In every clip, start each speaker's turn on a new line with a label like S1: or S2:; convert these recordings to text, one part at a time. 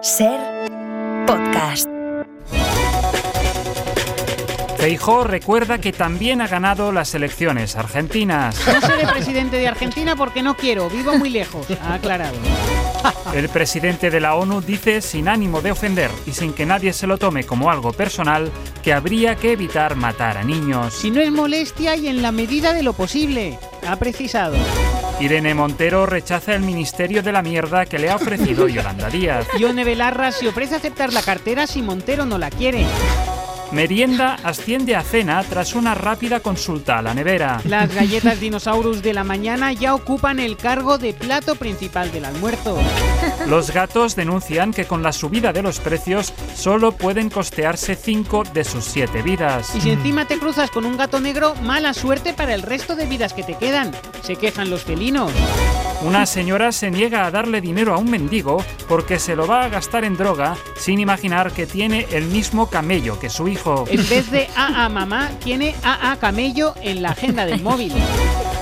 S1: Ser podcast.
S2: Feijó recuerda que también ha ganado las elecciones argentinas.
S3: No seré presidente de Argentina porque no quiero, vivo muy lejos, ha aclarado.
S2: El presidente de la ONU dice, sin ánimo de ofender y sin que nadie se lo tome como algo personal, que habría que evitar matar a niños.
S3: Si no es molestia y en la medida de lo posible, ha precisado.
S2: Irene Montero rechaza el Ministerio de la Mierda que le ha ofrecido Yolanda Díaz.
S3: Ione Belarra se ofrece a aceptar la cartera si Montero no la quiere.
S2: Merienda asciende a cena tras una rápida consulta a la nevera.
S3: Las galletas dinosaurus de la mañana ya ocupan el cargo de plato principal del almuerzo.
S2: Los gatos denuncian que con la subida de los precios solo pueden costearse 5 de sus 7 vidas.
S3: Y si encima te cruzas con un gato negro, mala suerte para el resto de vidas que te quedan. Se quejan los felinos.
S2: Una señora se niega a darle dinero a un mendigo porque se lo va a gastar en droga sin imaginar que tiene el mismo camello que su hijo.
S3: En vez de AA mamá, tiene AA camello en la agenda del móvil.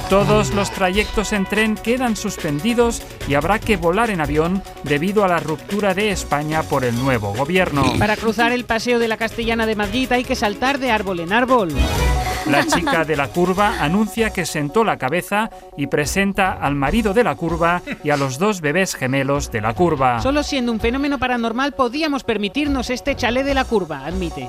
S2: Todos los trayectos en tren quedan suspendidos y habrá que volar en avión debido a la ruptura de España por el nuevo gobierno.
S3: Para cruzar el paseo de la Castellana de Madrid hay que saltar de árbol en árbol.
S2: La chica de la curva anuncia que sentó la cabeza y presenta al marido de la curva y a los dos bebés gemelos de la curva.
S3: Solo siendo un fenómeno paranormal podíamos permitirnos este chalet de la curva, admite.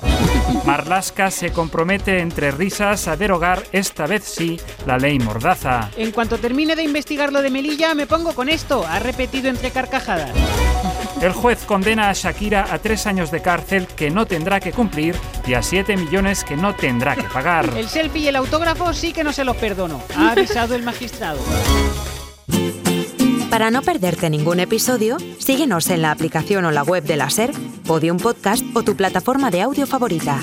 S2: Marlaska se compromete entre risas a derogar, esta vez sí, la ley Mordaza.
S3: En cuanto termine de investigar lo de Melilla, me pongo con esto, ha repetido entre carcajadas.
S2: El juez condena a Shakira a tres años de cárcel que no tendrá que cumplir y a 7 millones que no tendrá que pagar.
S3: El selfie y el autógrafo sí que no se los perdono, ha avisado el magistrado.
S1: Para no perderte ningún episodio, síguenos en la aplicación o la web de la Ser, Podium Podcast o tu plataforma de audio favorita.